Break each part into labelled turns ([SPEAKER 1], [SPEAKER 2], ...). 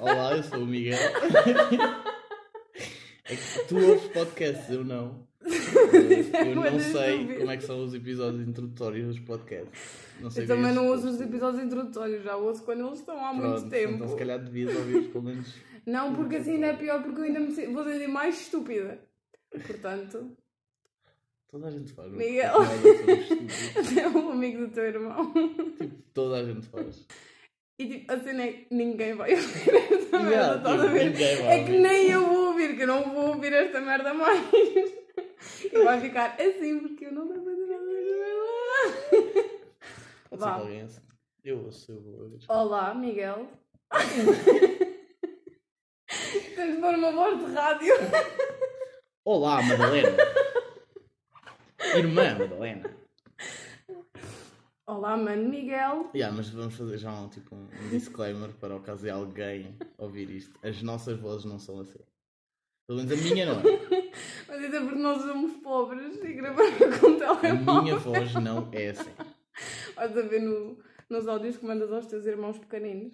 [SPEAKER 1] Olá, eu sou o Miguel. É que tu ouves podcasts, eu não. Eu não
[SPEAKER 2] Quando eu
[SPEAKER 1] sei
[SPEAKER 2] vi.
[SPEAKER 1] como é que são os episódios introdutórios dos podcasts. Não sei
[SPEAKER 2] Eu também
[SPEAKER 1] ver
[SPEAKER 2] não
[SPEAKER 1] esses
[SPEAKER 2] ouço os episódios introdutórios, já ouço quando eles estão há muito
[SPEAKER 1] Pronto,
[SPEAKER 2] tempo.
[SPEAKER 1] Então se calhar devias ouvir pelo menos.
[SPEAKER 2] Não, porque assim ainda é pior, porque eu ainda me sinto- vou sentir mais estúpida. Portanto,
[SPEAKER 1] Toda a gente faz. não é?
[SPEAKER 2] Miguel.
[SPEAKER 1] Toda a gente somos estúpidos.
[SPEAKER 2] até um amigo do teu irmão.
[SPEAKER 1] Tipo, toda a gente faz.
[SPEAKER 2] E tipo, a cena é que ninguém vai ouvir esta merda,
[SPEAKER 1] Yeah,
[SPEAKER 2] estás a
[SPEAKER 1] tipo,
[SPEAKER 2] ver?
[SPEAKER 1] ninguém vai
[SPEAKER 2] É que
[SPEAKER 1] ouvir.
[SPEAKER 2] nem eu vou ouvir, que eu não vou ouvir esta merda mais. E vai ficar assim, porque eu não sei fazer nada desta merda.
[SPEAKER 1] Pode ser
[SPEAKER 2] Vá.
[SPEAKER 1] que alguém é assim. Eu ouço, eu vou ouvir.
[SPEAKER 2] Olá, Miguel. Tens de pôr uma voz de rádio.
[SPEAKER 1] Olá, Madalena. Irmã, Madalena.
[SPEAKER 2] Olá, mano Miguel.
[SPEAKER 1] Yeah, mas vamos fazer já um, tipo, um um disclaimer para o caso de alguém ouvir isto. As nossas vozes não são assim. Pelo menos a minha não é.
[SPEAKER 2] Mas isso é porque nós somos pobres e gravamos com o
[SPEAKER 1] A
[SPEAKER 2] telemóvel.
[SPEAKER 1] minha voz não é assim.
[SPEAKER 2] Vais a ver no- nos áudios que mandas aos teus irmãos pequeninos.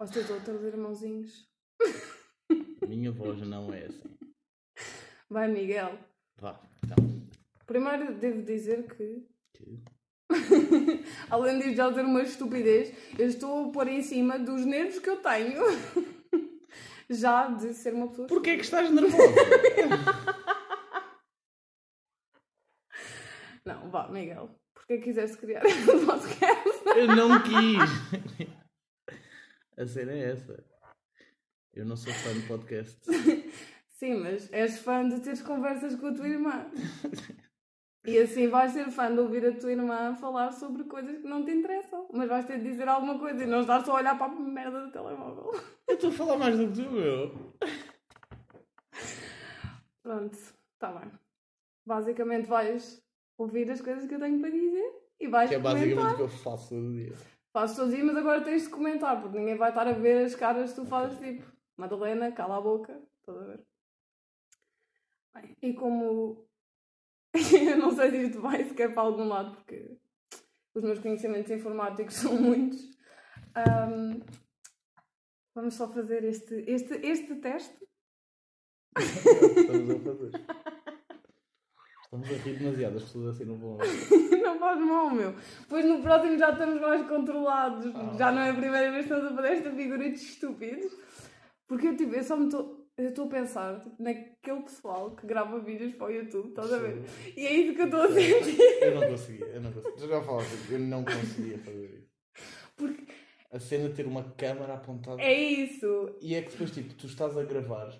[SPEAKER 2] Aos teus outros irmãozinhos.
[SPEAKER 1] A minha voz não é assim.
[SPEAKER 2] Vai, Miguel.
[SPEAKER 1] Vá, então.
[SPEAKER 2] Primeiro devo dizer que,
[SPEAKER 1] Que-
[SPEAKER 2] além de já ter uma estupidez, eu estou a pôr em cima dos nervos que eu tenho. já de ser uma pessoa.
[SPEAKER 1] Porquê é que estás nervosa?
[SPEAKER 2] Não, vá, Miguel. Porque quiseste criar este podcast?
[SPEAKER 1] Eu não quis. A cena é essa. Eu não sou fã de podcast.
[SPEAKER 2] Sim, mas és fã de teres conversas com a tua irmã. E assim vais ser fã de ouvir a tua irmã falar sobre coisas que não te interessam. Mas vais ter de dizer alguma coisa e não estar só a olhar para a merda do telemóvel.
[SPEAKER 1] Eu estou a falar mais do que tu, meu.
[SPEAKER 2] Pronto, está bem. Basicamente vais ouvir as coisas que eu tenho para dizer e vais
[SPEAKER 1] Que é
[SPEAKER 2] comentar.
[SPEAKER 1] basicamente o que eu faço todo dia.
[SPEAKER 2] Fazes todos os dias, mas agora tens de comentar, porque ninguém vai estar a ver as caras que tu fazes, tipo, Madalena, cala a boca, estás a ver? Bem, e como eu não sei se isto vai sequer para algum lado, porque os meus conhecimentos informáticos são muitos, ahm, vamos só fazer este, este, este teste.
[SPEAKER 1] Estamos a fazer. Estamos a rir demasiado, as pessoas assim não vão.
[SPEAKER 2] Não faz mal, meu. Pois no próximo já estamos mais controlados.
[SPEAKER 1] Ah.
[SPEAKER 2] porque Já não é a primeira vez que estamos a fazer esta figura de estúpidos. Porque eu, tipo, eu só me estou. Eu estou a pensar tipo, naquele pessoal que grava vídeos para o YouTube, estás a ver? E é isso que eu estou a sentir.
[SPEAKER 1] Eu não conseguia, eu não conseguia. Tu já falaste, eu não conseguia fazer isso.
[SPEAKER 2] Porque
[SPEAKER 1] A cena de ter uma câmara apontada.
[SPEAKER 2] é isso.
[SPEAKER 1] E é que depois, tipo, tu estás a gravar.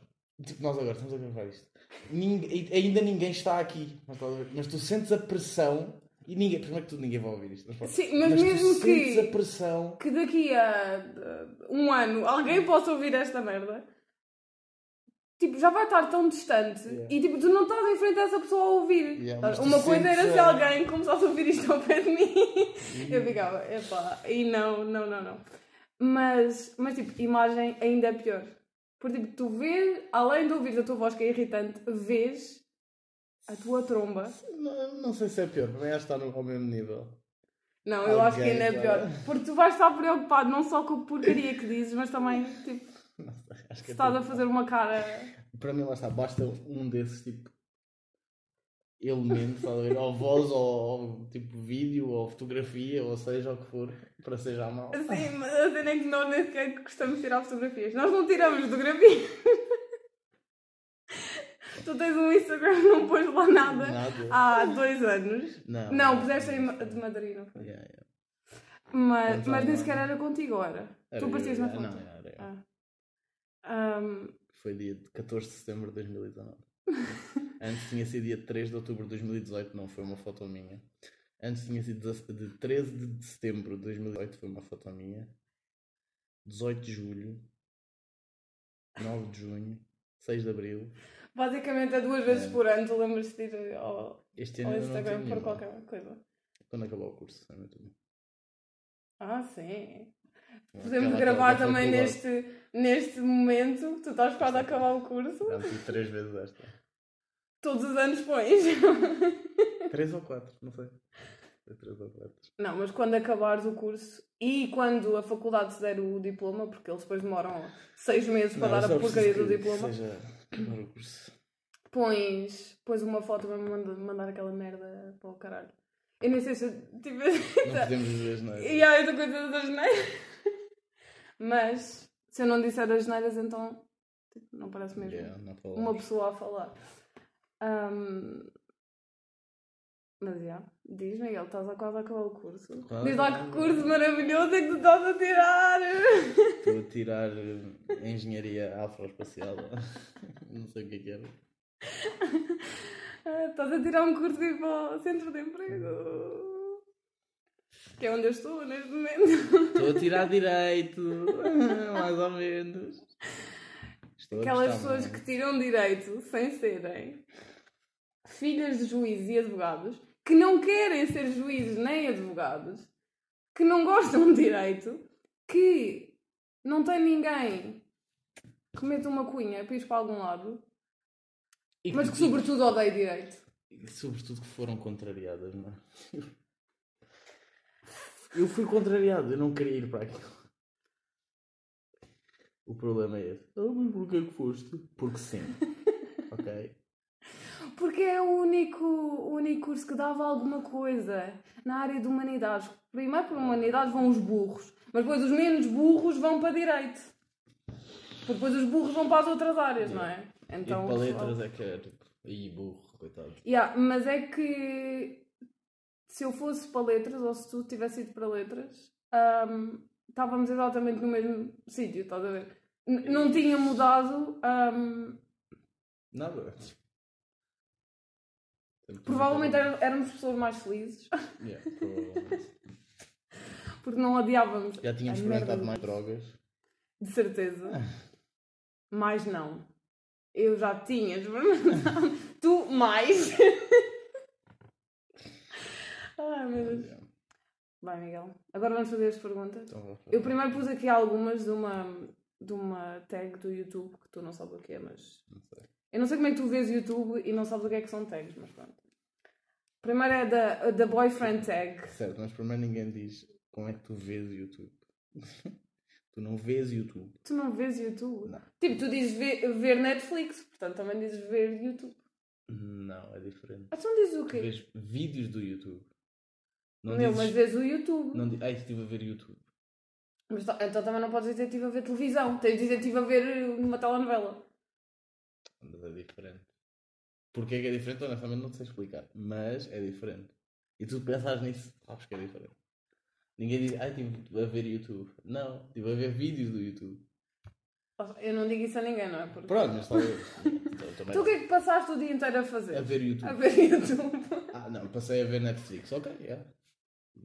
[SPEAKER 1] Tipo, nós agora estamos a gravar isto. Ninguém- ainda ninguém está aqui. Mas, estás a ver? Mas tu sentes a pressão. E ninguém, primeiro que tudo, ninguém vai ouvir isto. Mas, pronto.
[SPEAKER 2] Sim, mas
[SPEAKER 1] tu
[SPEAKER 2] mesmo que-
[SPEAKER 1] sentes a pressão.
[SPEAKER 2] Que daqui a uh, um ano alguém possa ouvir esta merda. Tipo, já vai estar tão distante
[SPEAKER 1] Yeah.
[SPEAKER 2] e tipo, tu não estás em frente a essa pessoa a ouvir.
[SPEAKER 1] Yeah, mas tu
[SPEAKER 2] Uma coisa era
[SPEAKER 1] sentes
[SPEAKER 2] se
[SPEAKER 1] a-
[SPEAKER 2] alguém começasse a ouvir isto ao pé de mim. Eu ficava, epá, e não, não, não, não. Mas, mas tipo, imagem ainda é pior. Porque tipo, tu vês, além de ouvir a tua voz que é irritante, vês a tua tromba.
[SPEAKER 1] Não, não sei se é pior, também acho que está no, ao mesmo nível.
[SPEAKER 2] Não, eu acho que
[SPEAKER 1] Alguém
[SPEAKER 2] ainda
[SPEAKER 1] já-
[SPEAKER 2] é pior. Porque tu vais estar preocupado não só com a porcaria que dizes, mas também, tipo,
[SPEAKER 1] Não sei, acho
[SPEAKER 2] se
[SPEAKER 1] que é
[SPEAKER 2] estás
[SPEAKER 1] tudo.
[SPEAKER 2] a fazer uma cara.
[SPEAKER 1] Para mim, lá está, basta um desses tipo elementos, estás a ver? ou voz, ou, ou, tipo vídeo, ou fotografia, ou seja o que for, para ser já mal.
[SPEAKER 2] Assim, mas a cena é que nós nem sequer gostamos de tirar fotografias. Nós não tiramos fotografias. tu tens um Instagram, não pôs lá nada.
[SPEAKER 1] Nada.
[SPEAKER 2] há dois anos.
[SPEAKER 1] Não,
[SPEAKER 2] Ah, Não, puseste em ma- de Madrid, não foi?
[SPEAKER 1] Yeah, yeah.
[SPEAKER 2] Mas,
[SPEAKER 1] Então,
[SPEAKER 2] mas nem
[SPEAKER 1] não.
[SPEAKER 2] sequer era contigo, era.
[SPEAKER 1] Era
[SPEAKER 2] tu partias
[SPEAKER 1] eu,
[SPEAKER 2] na
[SPEAKER 1] yeah,
[SPEAKER 2] foto. Ah.
[SPEAKER 1] Não, era eu.
[SPEAKER 2] Ahm,
[SPEAKER 1] Foi dia de 14 de setembro de 2019. Antes tinha sido dia 3 de outubro de 2018, não foi uma foto minha. Antes tinha sido 17 de 13 de setembro de 2018, foi uma foto minha. 18 de julho, 9 de junho, 6 de abril.
[SPEAKER 2] basicamente é duas vezes
[SPEAKER 1] É.
[SPEAKER 2] por ano, tu lembras-te de ir ao,
[SPEAKER 1] Este
[SPEAKER 2] ao
[SPEAKER 1] ano ainda não
[SPEAKER 2] Instagram
[SPEAKER 1] tenho
[SPEAKER 2] por
[SPEAKER 1] nenhuma.
[SPEAKER 2] qualquer coisa.
[SPEAKER 1] Quando acabar o curso, é muito bom.
[SPEAKER 2] Ah, sim.
[SPEAKER 1] Aquela-
[SPEAKER 2] Podemos
[SPEAKER 1] É, aquela
[SPEAKER 2] gravar
[SPEAKER 1] da
[SPEAKER 2] também
[SPEAKER 1] faculdade.
[SPEAKER 2] neste, neste momento. Tu estás quase a acabar o curso.
[SPEAKER 1] Já meti três vezes esta.
[SPEAKER 2] Todos os anos pões.
[SPEAKER 1] Três ou quatro, não sei. letras abertas.
[SPEAKER 2] Não, mas quando acabares o curso e quando a faculdade te der o diploma, porque eles depois demoram seis meses para
[SPEAKER 1] Não, eu
[SPEAKER 2] dar
[SPEAKER 1] só
[SPEAKER 2] a porcaria
[SPEAKER 1] preciso
[SPEAKER 2] do
[SPEAKER 1] que
[SPEAKER 2] diploma,
[SPEAKER 1] Seja acabar o curso.
[SPEAKER 2] pões, pões uma foto para me manda- mandar aquela merda para o caralho. Eu nem sei se eu tive.
[SPEAKER 1] Não podemos dizer as neiras.
[SPEAKER 2] E há esta coisa das neiras. Mas se eu não disser as neiras, então tipo, não parece mesmo
[SPEAKER 1] Yeah, não falamos.
[SPEAKER 2] uma pessoa a falar. Ahm, Mas já, diz Miguel, estás a quase a acabar o curso.
[SPEAKER 1] Quase.
[SPEAKER 2] Diz lá que curso maravilhoso é que tu estás a tirar!
[SPEAKER 1] Estou a tirar eh, engenharia afroespacial. não sei o que é que era.
[SPEAKER 2] Ah, Estás a tirar um curso e para o centro de emprego. Que é onde eu estou neste momento.
[SPEAKER 1] Estou a tirar direito. mais ou menos. Estou a
[SPEAKER 2] Aquelas
[SPEAKER 1] gostar, é?
[SPEAKER 2] pessoas
[SPEAKER 1] mano.
[SPEAKER 2] que tiram direito sem serem filhas de juízes e advogados, que não querem ser juízes nem advogados, que não gostam de direito, que não tem ninguém que meta uma cunha, pires para algum lado,
[SPEAKER 1] E
[SPEAKER 2] mas que sobretudo odeia direito.
[SPEAKER 1] E sobretudo que foram contrariadas, não é? Eu fui contrariado, eu não queria ir para aquilo. O problema é esse. Ah, mas porquê que foste? Porque sim. ok?
[SPEAKER 2] Porque é o único, o único curso que dava alguma coisa na área de humanidades. Primeiro para humanidades vão os burros, mas depois os menos burros vão para direito. Porque depois os burros vão para as outras áreas, não é?
[SPEAKER 1] e
[SPEAKER 2] Então,
[SPEAKER 1] para
[SPEAKER 2] o pessoal-
[SPEAKER 1] letras é que era. tipo, Aí burro, coitado.
[SPEAKER 2] Yeah, mas é que se eu fosse para letras ou se tu tivesse ido para letras, ahm, estávamos exatamente no mesmo sítio, estás a ver? N- não tinha mudado. hum, ahm,
[SPEAKER 1] Nada.
[SPEAKER 2] provavelmente ér- éramos pessoas mais felizes.
[SPEAKER 1] Yeah, provavelmente.
[SPEAKER 2] Porque não odiávamos.
[SPEAKER 1] Já tínhamos
[SPEAKER 2] A merda
[SPEAKER 1] experimentado
[SPEAKER 2] do
[SPEAKER 1] mais
[SPEAKER 2] curso.
[SPEAKER 1] drogas.
[SPEAKER 2] De certeza. Mais não. Eu já tinha experimentado. tu mais. Ai meu Deus.
[SPEAKER 1] Yeah,
[SPEAKER 2] Bem, Miguel. Agora vamos fazer as perguntas.
[SPEAKER 1] então vou
[SPEAKER 2] Eu
[SPEAKER 1] fazer.
[SPEAKER 2] primeiro pus aqui algumas de uma, de uma tag do YouTube que tu não sabes o que é, mas.
[SPEAKER 1] Não sei.
[SPEAKER 2] Eu não sei como é que tu vês YouTube e não sabes o que é que são tags, mas pronto. Primeiro é da, da Boyfriend Tag.
[SPEAKER 1] Certo, mas primeiro ninguém diz como é que tu vês o YouTube. tu não vês YouTube.
[SPEAKER 2] Tu não vês YouTube?
[SPEAKER 1] Não.
[SPEAKER 2] Tipo, tu dizes ver, ver Netflix, portanto também dizes ver YouTube.
[SPEAKER 1] Não, é diferente.
[SPEAKER 2] Ah, tu não dizes o
[SPEAKER 1] Tu
[SPEAKER 2] quê?
[SPEAKER 1] vês vídeos do YouTube. Não
[SPEAKER 2] Meu, mas
[SPEAKER 1] dizes.
[SPEAKER 2] vês o YouTube.
[SPEAKER 1] Não di... Ai, estive a ver YouTube.
[SPEAKER 2] Mas tá- então também não podes dizer que estive a ver televisão. Tens de dizer que estive a ver eh, uma telenovela.
[SPEAKER 1] Mas é diferente. Porquê que é diferente? Honestamente, não sei explicar. Mas é diferente. E tu pensas nisso, sabes que é diferente. Ninguém diz, ai, estive a ver YouTube. Não, estive a ver vídeos do YouTube.
[SPEAKER 2] Eu não digo isso a ninguém, não é? Porque...
[SPEAKER 1] Pronto, mas talvez. Então, também
[SPEAKER 2] Tu o que é que passaste o dia inteiro a fazer?
[SPEAKER 1] A ver YouTube.
[SPEAKER 2] A ver YouTube.
[SPEAKER 1] Ah, não, passei a ver Netflix. Ok, yeah.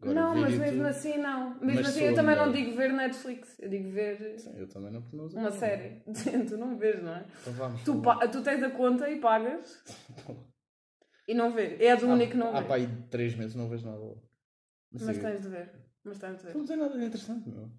[SPEAKER 1] Agora,
[SPEAKER 2] não,
[SPEAKER 1] ver
[SPEAKER 2] mas
[SPEAKER 1] YouTube-
[SPEAKER 2] mesmo assim não. Mesmo
[SPEAKER 1] Mas
[SPEAKER 2] assim
[SPEAKER 1] sou
[SPEAKER 2] eu também não
[SPEAKER 1] melhor.
[SPEAKER 2] digo ver Netflix. Eu digo ver eh,
[SPEAKER 1] Sim, eu também não pronuncio.
[SPEAKER 2] uma série. tu não vês, não é?
[SPEAKER 1] Então vamos.
[SPEAKER 2] Tu, pa- tu tens a conta e pagas e não vês. És o único que não
[SPEAKER 1] Há
[SPEAKER 2] vê.
[SPEAKER 1] Ah, pá aí 3 meses não vejo nada. lá. Não
[SPEAKER 2] Mas
[SPEAKER 1] sei.
[SPEAKER 2] tens de ver. Mas tens de ver.
[SPEAKER 1] Não tem nada de interessante, meu.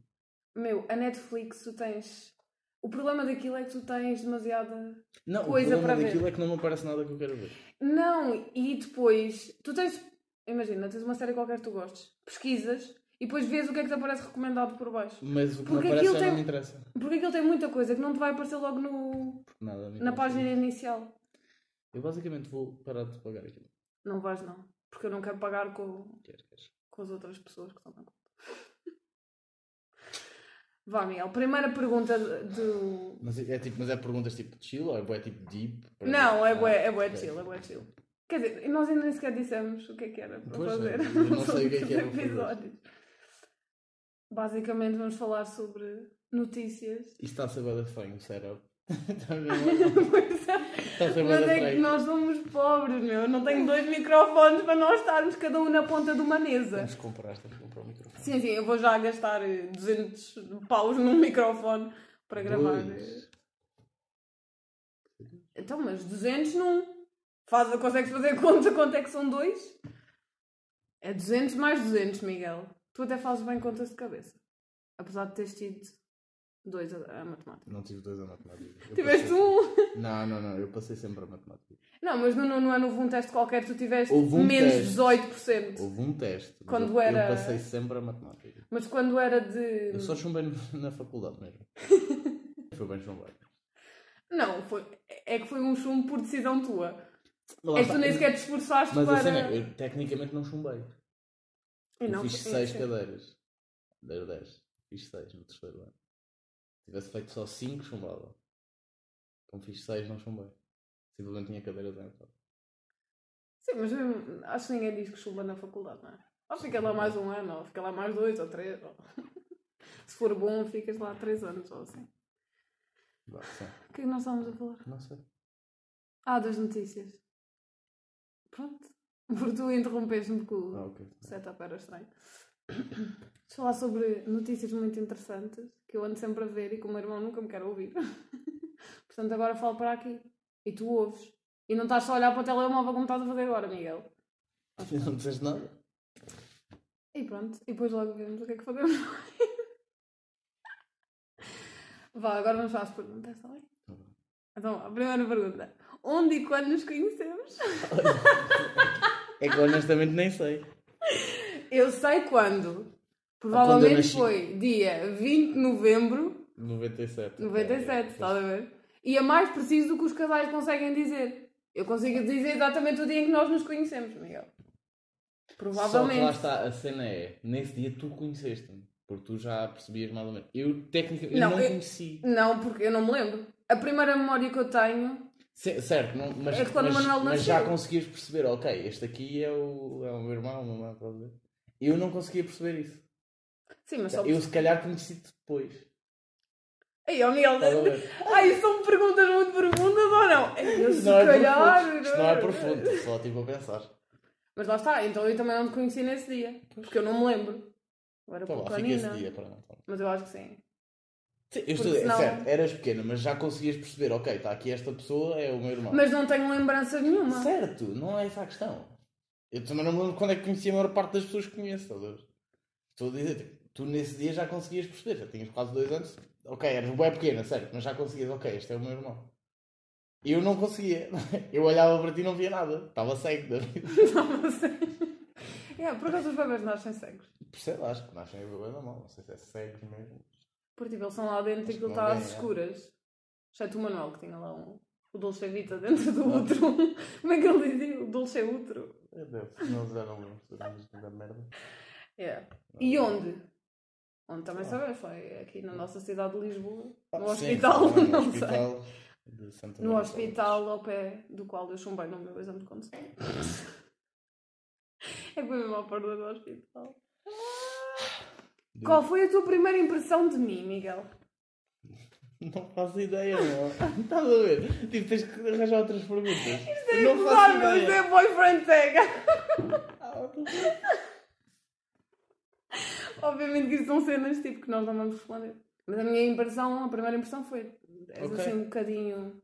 [SPEAKER 2] Meu, a Netflix tu tens. O problema daquilo é que tu tens demasiada.
[SPEAKER 1] Não,
[SPEAKER 2] Coisa
[SPEAKER 1] o problema
[SPEAKER 2] para ver.
[SPEAKER 1] daquilo é que não me aparece nada que eu quero ver.
[SPEAKER 2] Não, e depois tu tens. Imagina, tens uma série qualquer que tu gostes, pesquisas e depois vês o que é que te aparece recomendado por baixo.
[SPEAKER 1] Mas o que
[SPEAKER 2] Porque
[SPEAKER 1] me aparece
[SPEAKER 2] aquilo
[SPEAKER 1] já
[SPEAKER 2] tem-
[SPEAKER 1] não me interessa.
[SPEAKER 2] Porque aquilo tem muita coisa que não te vai aparecer logo no,
[SPEAKER 1] Nada me
[SPEAKER 2] na
[SPEAKER 1] interessa.
[SPEAKER 2] página inicial.
[SPEAKER 1] Eu basicamente vou parar de pagar aquilo.
[SPEAKER 2] Não vais, não. Porque eu não quero pagar com,
[SPEAKER 1] Quer, quer.
[SPEAKER 2] com as outras pessoas que estão na conta. Vá, Miguel. Primeira pergunta do.
[SPEAKER 1] Mas é, é tipo, mas é perguntas tipo chill ou é bué tipo deep?
[SPEAKER 2] Não, é bué, é
[SPEAKER 1] Ah,
[SPEAKER 2] bué
[SPEAKER 1] ok.
[SPEAKER 2] chill, é bué chill. Quer dizer, nós ainda nem sequer dissemos o que é que era para
[SPEAKER 1] Pois,
[SPEAKER 2] fazer.
[SPEAKER 1] eu não sei o que é que era para fazer.
[SPEAKER 2] episódios. Basicamente vamos falar sobre notícias.
[SPEAKER 1] Isto está a ser bué da estranho, o setup.
[SPEAKER 2] Pois é.
[SPEAKER 1] Está a ser bué
[SPEAKER 2] Mas
[SPEAKER 1] da
[SPEAKER 2] é que
[SPEAKER 1] estranho.
[SPEAKER 2] nós somos pobres, meu. Eu não tenho dois microfones para nós estarmos cada um na ponta de uma mesa.
[SPEAKER 1] Temos que comprar, temos que comprar o microfone.
[SPEAKER 2] Sim, sim, eu vou já gastar eh, 200 paus num microfone para gravar. eh, né?
[SPEAKER 1] Dois.
[SPEAKER 2] Então, mas 200 não. Faz, consegues fazer conta quanto é que são dois? É 200 mais 200, Miguel. Tu até fazes bem contas de cabeça. Apesar de teres tido dois a, a matemática.
[SPEAKER 1] Não tive dois a matemática. Eu
[SPEAKER 2] Tiveste
[SPEAKER 1] passei-
[SPEAKER 2] um.
[SPEAKER 1] Não, não, não, eu passei sempre a matemática.
[SPEAKER 2] Não, mas no nono ano houve um teste qualquer, tu tiveste
[SPEAKER 1] Houve um
[SPEAKER 2] menos
[SPEAKER 1] teste.
[SPEAKER 2] 18%.
[SPEAKER 1] Houve um teste. mas
[SPEAKER 2] Quando
[SPEAKER 1] eu,
[SPEAKER 2] era-
[SPEAKER 1] Eu passei sempre a matemática.
[SPEAKER 2] Mas quando era de.
[SPEAKER 1] Eu só chumbei no- na faculdade mesmo. Foi bem chumbado.
[SPEAKER 2] Não, foi... é que foi um chumbo por decisão tua.
[SPEAKER 1] Mas lá
[SPEAKER 2] É que tu
[SPEAKER 1] está.
[SPEAKER 2] nem sequer te esforçaste
[SPEAKER 1] Mas
[SPEAKER 2] para.
[SPEAKER 1] a cena é, eu tecnicamente não chumbei.
[SPEAKER 2] E
[SPEAKER 1] Eu
[SPEAKER 2] não,
[SPEAKER 1] fiz
[SPEAKER 2] sim,
[SPEAKER 1] 6
[SPEAKER 2] sim.
[SPEAKER 1] cadeiras. Das 10. Fiz 6 no terceiro ano. Se tivesse feito só 5, chumbava. Como fiz 6, não chumbei. Simplesmente tinha cadeiras em casa.
[SPEAKER 2] Sim, mas eu- acho que ninguém diz que chumba na faculdade, não é? Ou fica lá mais um ano, ou fica lá mais dois ou três. ou- Se for bom, ficas lá três anos ou assim.
[SPEAKER 1] Vá, sim.
[SPEAKER 2] O que é que nós estávamos a falar?
[SPEAKER 1] Não sei.
[SPEAKER 2] Ah, das notícias. Pronto. Porque tu interrompeste-me porque o
[SPEAKER 1] Ah, ok.
[SPEAKER 2] setup era estranho. Deixa eu falar sobre notícias muito interessantes que eu ando sempre a ver e que o meu irmão nunca me quer ouvir. Portanto, agora falo para aqui. E tu ouves. E não estás só a olhar para o telemóvel como estás a fazer agora, Miguel.
[SPEAKER 1] Não disseste nada?
[SPEAKER 2] E pronto, e depois logo vemos o que é que fazemos. Vá, agora vamos para as perguntas, está bem?
[SPEAKER 1] Tá bom.
[SPEAKER 2] Então, a primeira pergunta. Onde e quando nos conhecemos?
[SPEAKER 1] É que honestamente nem sei.
[SPEAKER 2] Eu sei quando.
[SPEAKER 1] Quando eu
[SPEAKER 2] Provavelmente
[SPEAKER 1] nasci.
[SPEAKER 2] foi dia 20 de novembro
[SPEAKER 1] 97.
[SPEAKER 2] de
[SPEAKER 1] É,
[SPEAKER 2] 97, estás a ver? E é mais preciso do que os casais conseguem dizer. Eu consigo dizer exatamente o dia em que nós nos conhecemos, Miguel.
[SPEAKER 1] Só que lá
[SPEAKER 2] Provavelmente.
[SPEAKER 1] está, a cena é, nesse dia tu conheceste-me, porque tu já percebias mais ou menos. Eu tecnicamente
[SPEAKER 2] Não,
[SPEAKER 1] eu não
[SPEAKER 2] eu-
[SPEAKER 1] conheci.
[SPEAKER 2] Não, porque eu não me lembro. A primeira memória que eu tenho
[SPEAKER 1] Se- certo, não- mas,
[SPEAKER 2] É de quando o
[SPEAKER 1] mas,
[SPEAKER 2] Manuel
[SPEAKER 1] mas já
[SPEAKER 2] nasceu.
[SPEAKER 1] conseguias perceber, ok, este aqui é o, é o meu irmão, o meu irmão, estás a ver? Eu não conseguia perceber isso.
[SPEAKER 2] Sim, mas só.
[SPEAKER 1] Eu se calhar conheci-te depois.
[SPEAKER 2] Ei, ó Miguel,
[SPEAKER 1] Estás a ver?
[SPEAKER 2] ai, são perguntas muito profundas ou não? Ei, Eu, se
[SPEAKER 1] Não é
[SPEAKER 2] calhar.
[SPEAKER 1] profundo, Isto não é profundo, só tipo a pensar.
[SPEAKER 2] Mas lá está, então eu também não te conheci nesse dia, porque eu não me lembro. Eu era
[SPEAKER 1] Então lá, fica esse
[SPEAKER 2] pequenina.
[SPEAKER 1] dia para não. tá bom.
[SPEAKER 2] Mas eu acho que sim.
[SPEAKER 1] Sim, eu estou, é
[SPEAKER 2] senão-
[SPEAKER 1] certo, eras pequena, mas já conseguias perceber, ok, está aqui esta pessoa, é o meu irmão.
[SPEAKER 2] Mas não tenho lembrança nenhuma.
[SPEAKER 1] Certo, não é essa a questão. Eu também não me lembro quando é que conheci a maior parte das pessoas que conheço, estás a ver? Estou a dizer, tipo, tu nesse dia já conseguias perceber, já tinhas quase dois anos. Ok, eras bué pequena, certo, mas já conseguias, ok, este é o meu irmão. Eu não conseguia. Eu olhava para ti e não via nada. Estava cego da vida.
[SPEAKER 2] Não sei. É, por acaso os bebês nascem cegos.
[SPEAKER 1] Sei lá, acho que nascem a bebê da mão. Não sei se é cego mesmo.
[SPEAKER 2] Porque tipo, eles são lá dentro e
[SPEAKER 1] Acho
[SPEAKER 2] aquilo
[SPEAKER 1] que
[SPEAKER 2] está
[SPEAKER 1] não
[SPEAKER 2] às
[SPEAKER 1] vem, é.
[SPEAKER 2] escuras. Exceto o Manuel, que tinha lá um. O Dolce Vita dentro
[SPEAKER 1] Ah.
[SPEAKER 2] do útero. Como é que ele dizia? O Dolce Útero.
[SPEAKER 1] Meu Deus, não fizeram um da merda.
[SPEAKER 2] É. E onde? Onde também sabemos, foi aqui na nossa cidade de Lisboa, no hospital,
[SPEAKER 1] Ah, no
[SPEAKER 2] não sei.
[SPEAKER 1] hospital de Santa
[SPEAKER 2] No
[SPEAKER 1] Maria.
[SPEAKER 2] hospital ao pé do qual eu chumbei no meu exame de condução. é que foi mesmo à porta do hospital.
[SPEAKER 1] Do-
[SPEAKER 2] Qual foi a tua primeira impressão de mim, Miguel?
[SPEAKER 1] Não faço ideia, não. Estás a ver? Tipo, tens que arranjar outras perguntas.
[SPEAKER 2] Tenho que
[SPEAKER 1] Não
[SPEAKER 2] mudar
[SPEAKER 1] faço
[SPEAKER 2] meu
[SPEAKER 1] ideia. Ah,
[SPEAKER 2] ser boyfriend tag. Obviamente que isto são cenas tipo que nós não vamos responder. Mas a minha impressão, a primeira impressão foi. És
[SPEAKER 1] Ok.
[SPEAKER 2] assim um bocadinho.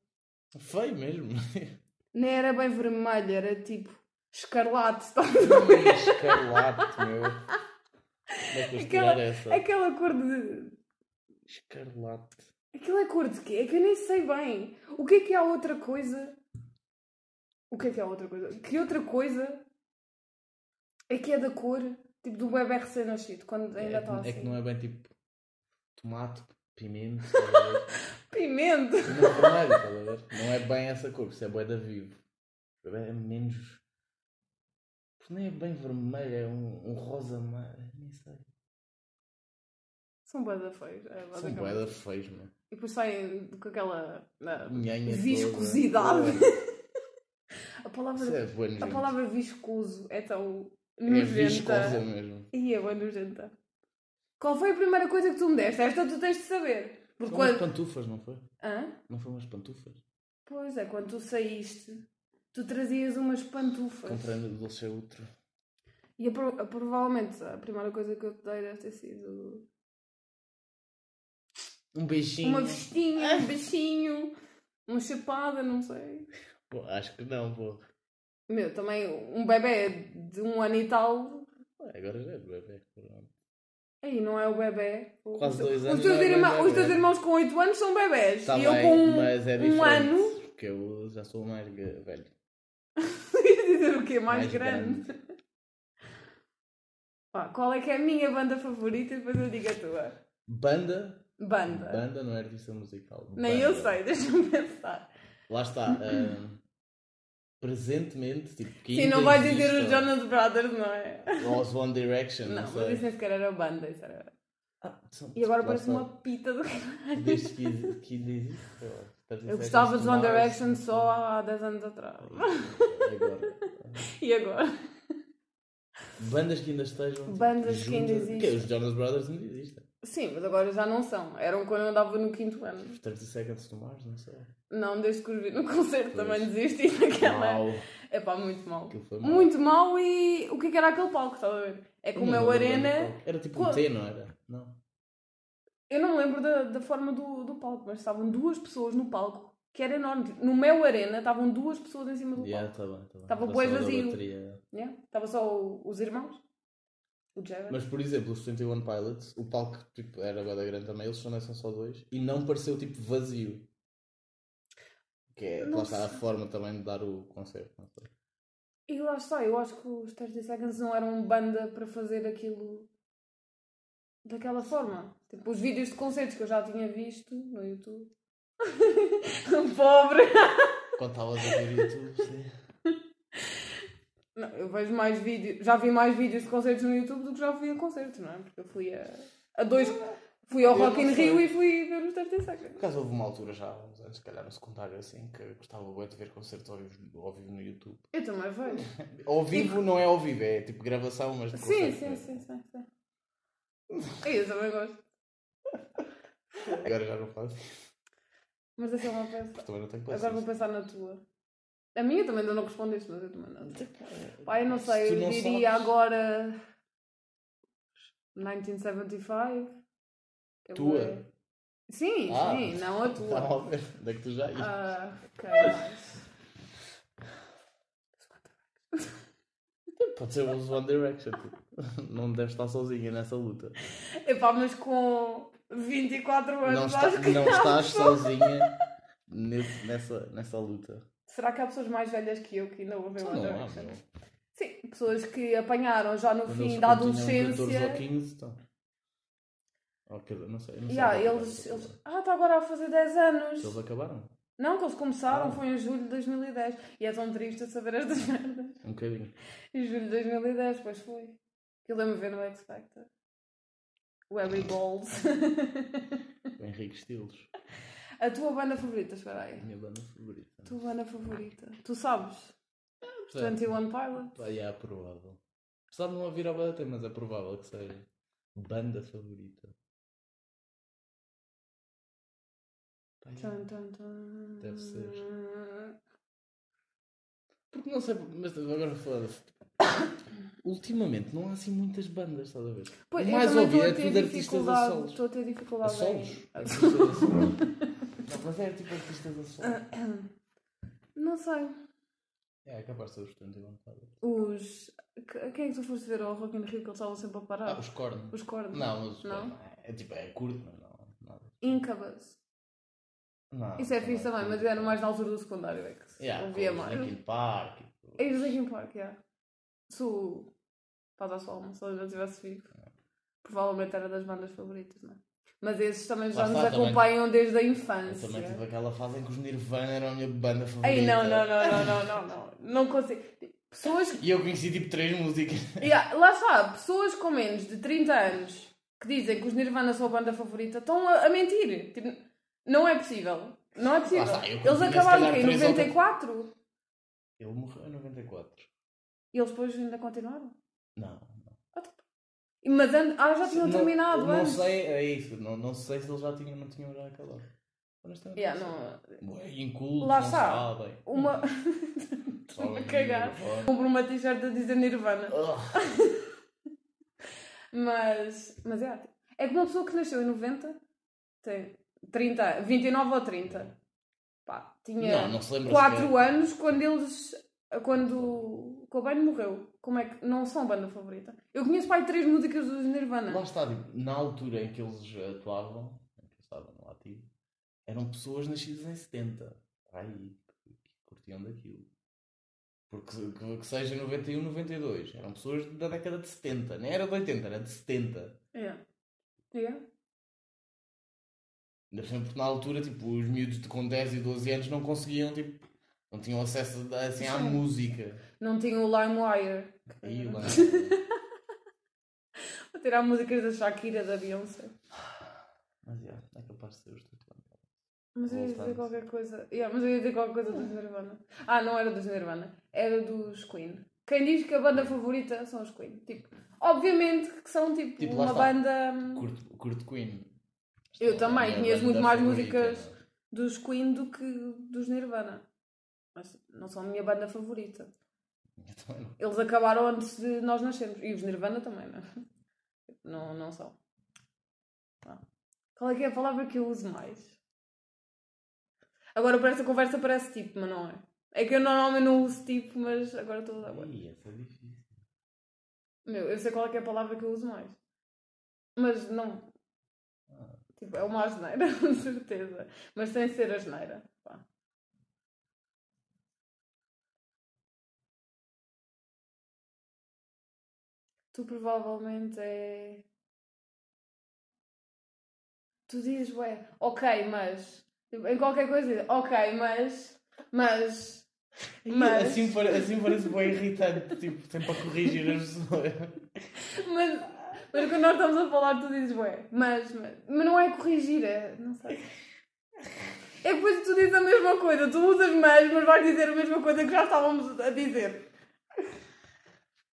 [SPEAKER 1] Feio mesmo.
[SPEAKER 2] Nem era bem vermelho, era tipo escarlate. tá?
[SPEAKER 1] Escarlate, meu. Como é que eu
[SPEAKER 2] Aquela-
[SPEAKER 1] tirar essa?
[SPEAKER 2] Aquela cor de.
[SPEAKER 1] Escarlate.
[SPEAKER 2] Aquilo é cor de quê? É que eu nem sei bem. O que é que há outra coisa? O que é que há outra coisa? Que outra coisa é que é da cor tipo do bebê recém-nascido, quando ainda
[SPEAKER 1] É,
[SPEAKER 2] está
[SPEAKER 1] que-
[SPEAKER 2] assim.
[SPEAKER 1] é que não é bem tipo tomate, pimento, estás a ver?
[SPEAKER 2] Pimenta!
[SPEAKER 1] Não, vermelho, estás a ver? Não é bem essa cor, isso é bué da vivo. É menos. Nem é bem vermelho, é um, um rosa mar. Nem sei.
[SPEAKER 2] São boeda feios. É,
[SPEAKER 1] São
[SPEAKER 2] basicamente.
[SPEAKER 1] bué da feios, mano.
[SPEAKER 2] E depois saem com aquela. ah,
[SPEAKER 1] Nhanha toda.
[SPEAKER 2] Viscosidade.
[SPEAKER 1] Bué.
[SPEAKER 2] A palavra,
[SPEAKER 1] Isso é bué
[SPEAKER 2] a
[SPEAKER 1] nojento.
[SPEAKER 2] palavra viscoso é tão
[SPEAKER 1] É
[SPEAKER 2] nojenta.
[SPEAKER 1] viscosa mesmo.
[SPEAKER 2] e é bem nojenta. Qual foi a primeira coisa que tu me deste? Esta tu tens de saber. Porque
[SPEAKER 1] Foi umas
[SPEAKER 2] quando.
[SPEAKER 1] pantufas, não foi?
[SPEAKER 2] Hã?
[SPEAKER 1] Não foi umas pantufas?
[SPEAKER 2] Pois é, quando tu saíste, tu trazias umas pantufas.
[SPEAKER 1] Comprei no Dolce é Outro.
[SPEAKER 2] E a pro- a- provavelmente a primeira coisa que eu te dei deve ter sido
[SPEAKER 1] Um beijinho.
[SPEAKER 2] uma vestinha, um bichinho, uma chapada, não sei.
[SPEAKER 1] Pô, acho que não, pô.
[SPEAKER 2] Meu, também um bebê de um ano e tal.
[SPEAKER 1] Ué, Agora já é bebê.
[SPEAKER 2] Aí não é o bebê. O-
[SPEAKER 1] Quase
[SPEAKER 2] o-
[SPEAKER 1] dois
[SPEAKER 2] os
[SPEAKER 1] anos
[SPEAKER 2] teus,
[SPEAKER 1] já é
[SPEAKER 2] irmã-
[SPEAKER 1] bebé.
[SPEAKER 2] os teus irmãos com 8 anos são bebés.
[SPEAKER 1] Tá
[SPEAKER 2] e eu
[SPEAKER 1] bem,
[SPEAKER 2] com um,
[SPEAKER 1] mas é diferente.
[SPEAKER 2] um ano.
[SPEAKER 1] Porque eu já sou mais ga- velho.
[SPEAKER 2] dizer o quê? Mais,
[SPEAKER 1] Mais
[SPEAKER 2] grande. Pá, qual é que é a minha banda favorita e depois eu digo a tua.
[SPEAKER 1] Banda.
[SPEAKER 2] Banda.
[SPEAKER 1] Banda não é artista musical.
[SPEAKER 2] Nem
[SPEAKER 1] Banda.
[SPEAKER 2] eu sei, deixa-me pensar.
[SPEAKER 1] Lá está. ahm, presentemente, tipo, que
[SPEAKER 2] Sim,
[SPEAKER 1] ainda
[SPEAKER 2] não vai dizer
[SPEAKER 1] existe,
[SPEAKER 2] os Jonas Brothers, não é?
[SPEAKER 1] Ou os One Direction,
[SPEAKER 2] Não,
[SPEAKER 1] não,
[SPEAKER 2] mas
[SPEAKER 1] sei.
[SPEAKER 2] isso nem sequer era banda. Isso era...
[SPEAKER 1] Ah, são-
[SPEAKER 2] E agora
[SPEAKER 1] lá
[SPEAKER 2] parece
[SPEAKER 1] está.
[SPEAKER 2] uma pita do
[SPEAKER 1] Desde que, exi- que ainda existe, sei lá. é
[SPEAKER 2] Eu gostava dos One Direction só há 10 anos atrás.
[SPEAKER 1] Agora.
[SPEAKER 2] E agora?
[SPEAKER 1] Bandas que ainda estejam. tipo,
[SPEAKER 2] Bandas que ainda
[SPEAKER 1] juntas- Que
[SPEAKER 2] existem.
[SPEAKER 1] os Jonas Brothers ainda existem.
[SPEAKER 2] Sim, mas agora já não são. Eram quando eu andava no quinto ano.
[SPEAKER 1] Os 30 Seconds é to Mars, não sei.
[SPEAKER 2] Não, desde que os vi no concerto
[SPEAKER 1] Pois.
[SPEAKER 2] também desisti daquela.
[SPEAKER 1] Uau,
[SPEAKER 2] É pá, muito mal.
[SPEAKER 1] aquilo foi mal.
[SPEAKER 2] Muito mal e o que é que era aquele palco, estás a ver? É
[SPEAKER 1] Eu
[SPEAKER 2] como
[SPEAKER 1] não
[SPEAKER 2] é o
[SPEAKER 1] lembro bem do
[SPEAKER 2] Arena.
[SPEAKER 1] palco. Era tipo
[SPEAKER 2] Co-
[SPEAKER 1] um T, não era? Não.
[SPEAKER 2] Eu não me lembro da, da forma do, do palco, mas estavam duas pessoas no palco, que era enorme. Tipo, No meu Arena estavam duas pessoas em cima do
[SPEAKER 1] Yeah,
[SPEAKER 2] palco.
[SPEAKER 1] tá bem, tá bem.
[SPEAKER 2] Tava
[SPEAKER 1] Era
[SPEAKER 2] bué
[SPEAKER 1] só da
[SPEAKER 2] vazio.
[SPEAKER 1] bateria.
[SPEAKER 2] Yeah? Estava Né? só o- os irmãos, o Jared.
[SPEAKER 1] Mas, por exemplo, os 21 Pilots, o palco tipo, era agora grande também, eles só é, são só dois, e não pareceu tipo vazio. Que é,
[SPEAKER 2] Não
[SPEAKER 1] lá está a
[SPEAKER 2] sei.
[SPEAKER 1] forma também de dar o concerto. não sei.
[SPEAKER 2] E lá está, eu acho que os 30 Seconds não eram banda para fazer aquilo daquela forma. Tipo, os vídeos de concertos que eu já tinha visto no YouTube. Um Pobre!
[SPEAKER 1] Quando estavas a ver YouTube, sim.
[SPEAKER 2] Não, eu vejo mais vídeos. Já vi mais vídeos de concertos no YouTube do que já fui a concertos, não é? Porque eu fui a, a dois. Fui
[SPEAKER 1] Eu
[SPEAKER 2] ao Rock in
[SPEAKER 1] não sei.
[SPEAKER 2] Rio e fui ver os 30 Seconds.
[SPEAKER 1] Por acaso houve uma altura já, há uns anos, se calhar no secundário, assim, que eu gostava bué de ver concertos ao vivo, ao vivo no YouTube.
[SPEAKER 2] Eu também vejo.
[SPEAKER 1] Ao vivo não é ao vivo, é tipo gravação, mas de né?
[SPEAKER 2] Sim,
[SPEAKER 1] concerto
[SPEAKER 2] sim,
[SPEAKER 1] mesmo.
[SPEAKER 2] sim, sim, sim. Eu também gosto.
[SPEAKER 1] Agora já não faço,
[SPEAKER 2] Mas essa é uma peça.
[SPEAKER 1] também não tenho
[SPEAKER 2] Agora vou
[SPEAKER 1] paciência.
[SPEAKER 2] pensar na tua. A minha também ainda não respondeste, mas eu também não. Pá, eu não
[SPEAKER 1] Se
[SPEAKER 2] sei,
[SPEAKER 1] tu
[SPEAKER 2] eu
[SPEAKER 1] não
[SPEAKER 2] diria
[SPEAKER 1] sabes-
[SPEAKER 2] agora. 1975. que é
[SPEAKER 1] Tua?
[SPEAKER 2] bué. Sim,
[SPEAKER 1] Ah.
[SPEAKER 2] sim, não a tua.
[SPEAKER 1] Estava a ver, onde é que tu já ias?
[SPEAKER 2] Ah, ok. mais.
[SPEAKER 1] Pode ser os One Direction, tipo. Não deves estar sozinha nessa luta.
[SPEAKER 2] Epá, É mas com 24 anos
[SPEAKER 1] Não,
[SPEAKER 2] acho
[SPEAKER 1] está-
[SPEAKER 2] que.
[SPEAKER 1] não estás sozinha nesse- nessa, nessa luta.
[SPEAKER 2] Será que há pessoas mais velhas que eu que ainda ouvem
[SPEAKER 1] Não,
[SPEAKER 2] One
[SPEAKER 1] não há,
[SPEAKER 2] Direction?
[SPEAKER 1] meu.
[SPEAKER 2] Sim, pessoas que apanharam já no
[SPEAKER 1] Quando
[SPEAKER 2] fim
[SPEAKER 1] eles-
[SPEAKER 2] da
[SPEAKER 1] quando tinham 14 ou
[SPEAKER 2] adolescência.
[SPEAKER 1] 15, então. Ou quer dizer, não sei. eu Não sei
[SPEAKER 2] Yeah,
[SPEAKER 1] qual é que
[SPEAKER 2] eles,
[SPEAKER 1] era a
[SPEAKER 2] eles...
[SPEAKER 1] altura.
[SPEAKER 2] Ah, está agora a fazer 10 anos.
[SPEAKER 1] Eles acabaram?
[SPEAKER 2] Não, que eles começaram,
[SPEAKER 1] Ah.
[SPEAKER 2] foi em julho de 2010. E é tão triste saber estas merdas.
[SPEAKER 1] Um bocadinho.
[SPEAKER 2] Em julho de 2010, pois foi. Que eu lembro de ver no X Factor. O Harry Balls.
[SPEAKER 1] O Henrique Estilos. é
[SPEAKER 2] A tua banda favorita, espera
[SPEAKER 1] A
[SPEAKER 2] aí.
[SPEAKER 1] minha banda favorita.
[SPEAKER 2] A tua banda favorita. Tu sabes? Os
[SPEAKER 1] Sei.
[SPEAKER 2] 21 Pilots.
[SPEAKER 1] Pá, yeah, é provável. Apesar de não ouvir a banda, mas é provável que seja. Banda favorita. Pá, yeah.
[SPEAKER 2] Tum, tum, tum.
[SPEAKER 1] Deve ser. Porque não sei, mas agora foda-se. Ultimamente não há assim muitas bandas, estás a ver?
[SPEAKER 2] Pois, eu
[SPEAKER 1] Mais
[SPEAKER 2] também
[SPEAKER 1] ouvido
[SPEAKER 2] estou
[SPEAKER 1] é
[SPEAKER 2] a ter
[SPEAKER 1] tudo artistas a
[SPEAKER 2] dificuldade-
[SPEAKER 1] solos.
[SPEAKER 2] Estou a ter
[SPEAKER 1] A
[SPEAKER 2] dificuldade. em-
[SPEAKER 1] solos? Artistas a solos. Não, mas é tipo artistas a solos.
[SPEAKER 2] Ah. Não sei.
[SPEAKER 1] É, é capaz de ser os 31 Pilots.
[SPEAKER 2] Os. que- Quem é que tu foste ver ao Rock in Rio que eles estavam sempre a parar?
[SPEAKER 1] Ah, os Korn.
[SPEAKER 2] Os cornos.
[SPEAKER 1] Não, mas os
[SPEAKER 2] Não?
[SPEAKER 1] Korn é, é tipo, é curto, mas não. nada.
[SPEAKER 2] Incubus.
[SPEAKER 1] Não,
[SPEAKER 2] Isso é
[SPEAKER 1] não
[SPEAKER 2] fixe também,
[SPEAKER 1] curto.
[SPEAKER 2] mas era mais na altura do secundário, é que se
[SPEAKER 1] Yeah,
[SPEAKER 2] ouvia
[SPEAKER 1] com os
[SPEAKER 2] mais.
[SPEAKER 1] Linkin Park. e tudo.
[SPEAKER 2] É os Linkin Park, yeah. Se o Paz ao Sol, se ele ainda estivesse vivo, provavelmente era das bandas favoritas, não é? Mas esses também já
[SPEAKER 1] Lá
[SPEAKER 2] nos
[SPEAKER 1] está, também-
[SPEAKER 2] acompanham desde a
[SPEAKER 1] Eu
[SPEAKER 2] infância.
[SPEAKER 1] também tive aquela fase em que os Nirvana eram a minha banda favorita.
[SPEAKER 2] Ei, não, não, não, não, não, não, não. Não consigo. Pessoas.
[SPEAKER 1] E eu conheci tipo três músicas.
[SPEAKER 2] Yeah, lá está, pessoas com menos de 30 anos que dizem que os Nirvana são a banda favorita estão a, a mentir. Tipo, não é possível. Não é possível.
[SPEAKER 1] está, eu
[SPEAKER 2] Eles
[SPEAKER 1] continuo, se
[SPEAKER 2] acabaram
[SPEAKER 1] calhar,
[SPEAKER 2] que em
[SPEAKER 1] três ou quatro-
[SPEAKER 2] 94
[SPEAKER 1] Ele morreu em 94.
[SPEAKER 2] e eles depois ainda continuaram.
[SPEAKER 1] Não.
[SPEAKER 2] Mas an- ah, já tinham
[SPEAKER 1] não,
[SPEAKER 2] terminado
[SPEAKER 1] Não
[SPEAKER 2] antes.
[SPEAKER 1] sei, é isso. Não, não sei se eles já tinham não tinham já acabado. Honestamente.
[SPEAKER 2] Yeah,
[SPEAKER 1] não
[SPEAKER 2] não,
[SPEAKER 1] sei. Bué, Incultos,
[SPEAKER 2] Lá
[SPEAKER 1] não
[SPEAKER 2] está.
[SPEAKER 1] sabem.
[SPEAKER 2] uma.
[SPEAKER 1] Sabem
[SPEAKER 2] a cagar.
[SPEAKER 1] Nirvana.
[SPEAKER 2] Compro uma t-shirt a dizer Nirvana.
[SPEAKER 1] Ugh.
[SPEAKER 2] Mas. Mas é. tipo, É que uma pessoa que nasceu em 90 tem 30, 29 ou 30. Pá, tinha
[SPEAKER 1] Não, não se lembra
[SPEAKER 2] 4
[SPEAKER 1] sequer.
[SPEAKER 2] anos quando eles. Quando o Cobain morreu. Como é que. Não são banda favorita. Eu conheço pai três músicas dos
[SPEAKER 1] Lá
[SPEAKER 2] Nirvana.
[SPEAKER 1] está, tipo, na altura em que eles atuavam, em que eles estavam no ativo, eram pessoas nascidas em 70. Aí, que, que curtiam daquilo. Porque se- que, que seja 91, 92. Eram pessoas da década de 70. Nem era de 80, era de 70.
[SPEAKER 2] É. Diga?
[SPEAKER 1] Ainda por cima, porque na altura, tipo, os miúdos de com 10 e 12 anos não conseguiam, tipo, não tinham acesso assim, à
[SPEAKER 2] Sim.
[SPEAKER 1] música.
[SPEAKER 2] Não tinha o LimeWire.
[SPEAKER 1] E o lá.
[SPEAKER 2] Vou tirar músicas da Shakira, da Beyoncé.
[SPEAKER 1] Mas já, é capaz de ser os tutelanos.
[SPEAKER 2] Mas eu ia dizer
[SPEAKER 1] Voltamos.
[SPEAKER 2] qualquer coisa. Yeah, mas eu ia dizer qualquer coisa dos Nirvana. Ah, não era dos Nirvana. Era dos Queen. Quem diz que a banda favorita são os Queen. Tipo, obviamente que são tipo,
[SPEAKER 1] Tipo, lá
[SPEAKER 2] uma
[SPEAKER 1] está.
[SPEAKER 2] banda hum,
[SPEAKER 1] Curto, curto Queen.
[SPEAKER 2] Eu
[SPEAKER 1] Esta é a
[SPEAKER 2] também,
[SPEAKER 1] minha
[SPEAKER 2] conheço muito
[SPEAKER 1] banda
[SPEAKER 2] mais
[SPEAKER 1] favorita,
[SPEAKER 2] músicas.
[SPEAKER 1] não é?
[SPEAKER 2] dos Queen do que dos Nirvana. Mas não são a minha banda favorita.
[SPEAKER 1] Eu também não.
[SPEAKER 2] Eles acabaram antes de nós nascermos. E os Nirvana também, não é? Não, não são. Não. Qual é que é a palavra que eu uso mais? Agora para esta conversa parece tipo, mas não é. É que eu normalmente não uso tipo, mas agora estou a usar bué.
[SPEAKER 1] Ih, essa é difícil.
[SPEAKER 2] Meu, eu sei qual é que é a palavra que eu uso mais. Mas não. Tipo, é uma asneira, com certeza. Mas sem ser asneira. Pá. Tu provavelmente é. Tu dizes, ué, ok, mas. Tipo, Em qualquer coisa, dizes, ok, mas. Mas. Mas.
[SPEAKER 1] Assim, pare- assim parece bem irritante, tipo, sempre a corrigir as pessoas.
[SPEAKER 2] Mas, mas quando nós estamos a falar, tu dizes, ué, mas, mas, mas não é corrigir, é. Não sei. É que depois tu dizes a mesma coisa, tu usas mas, mas vais dizer a mesma coisa que já estávamos a dizer.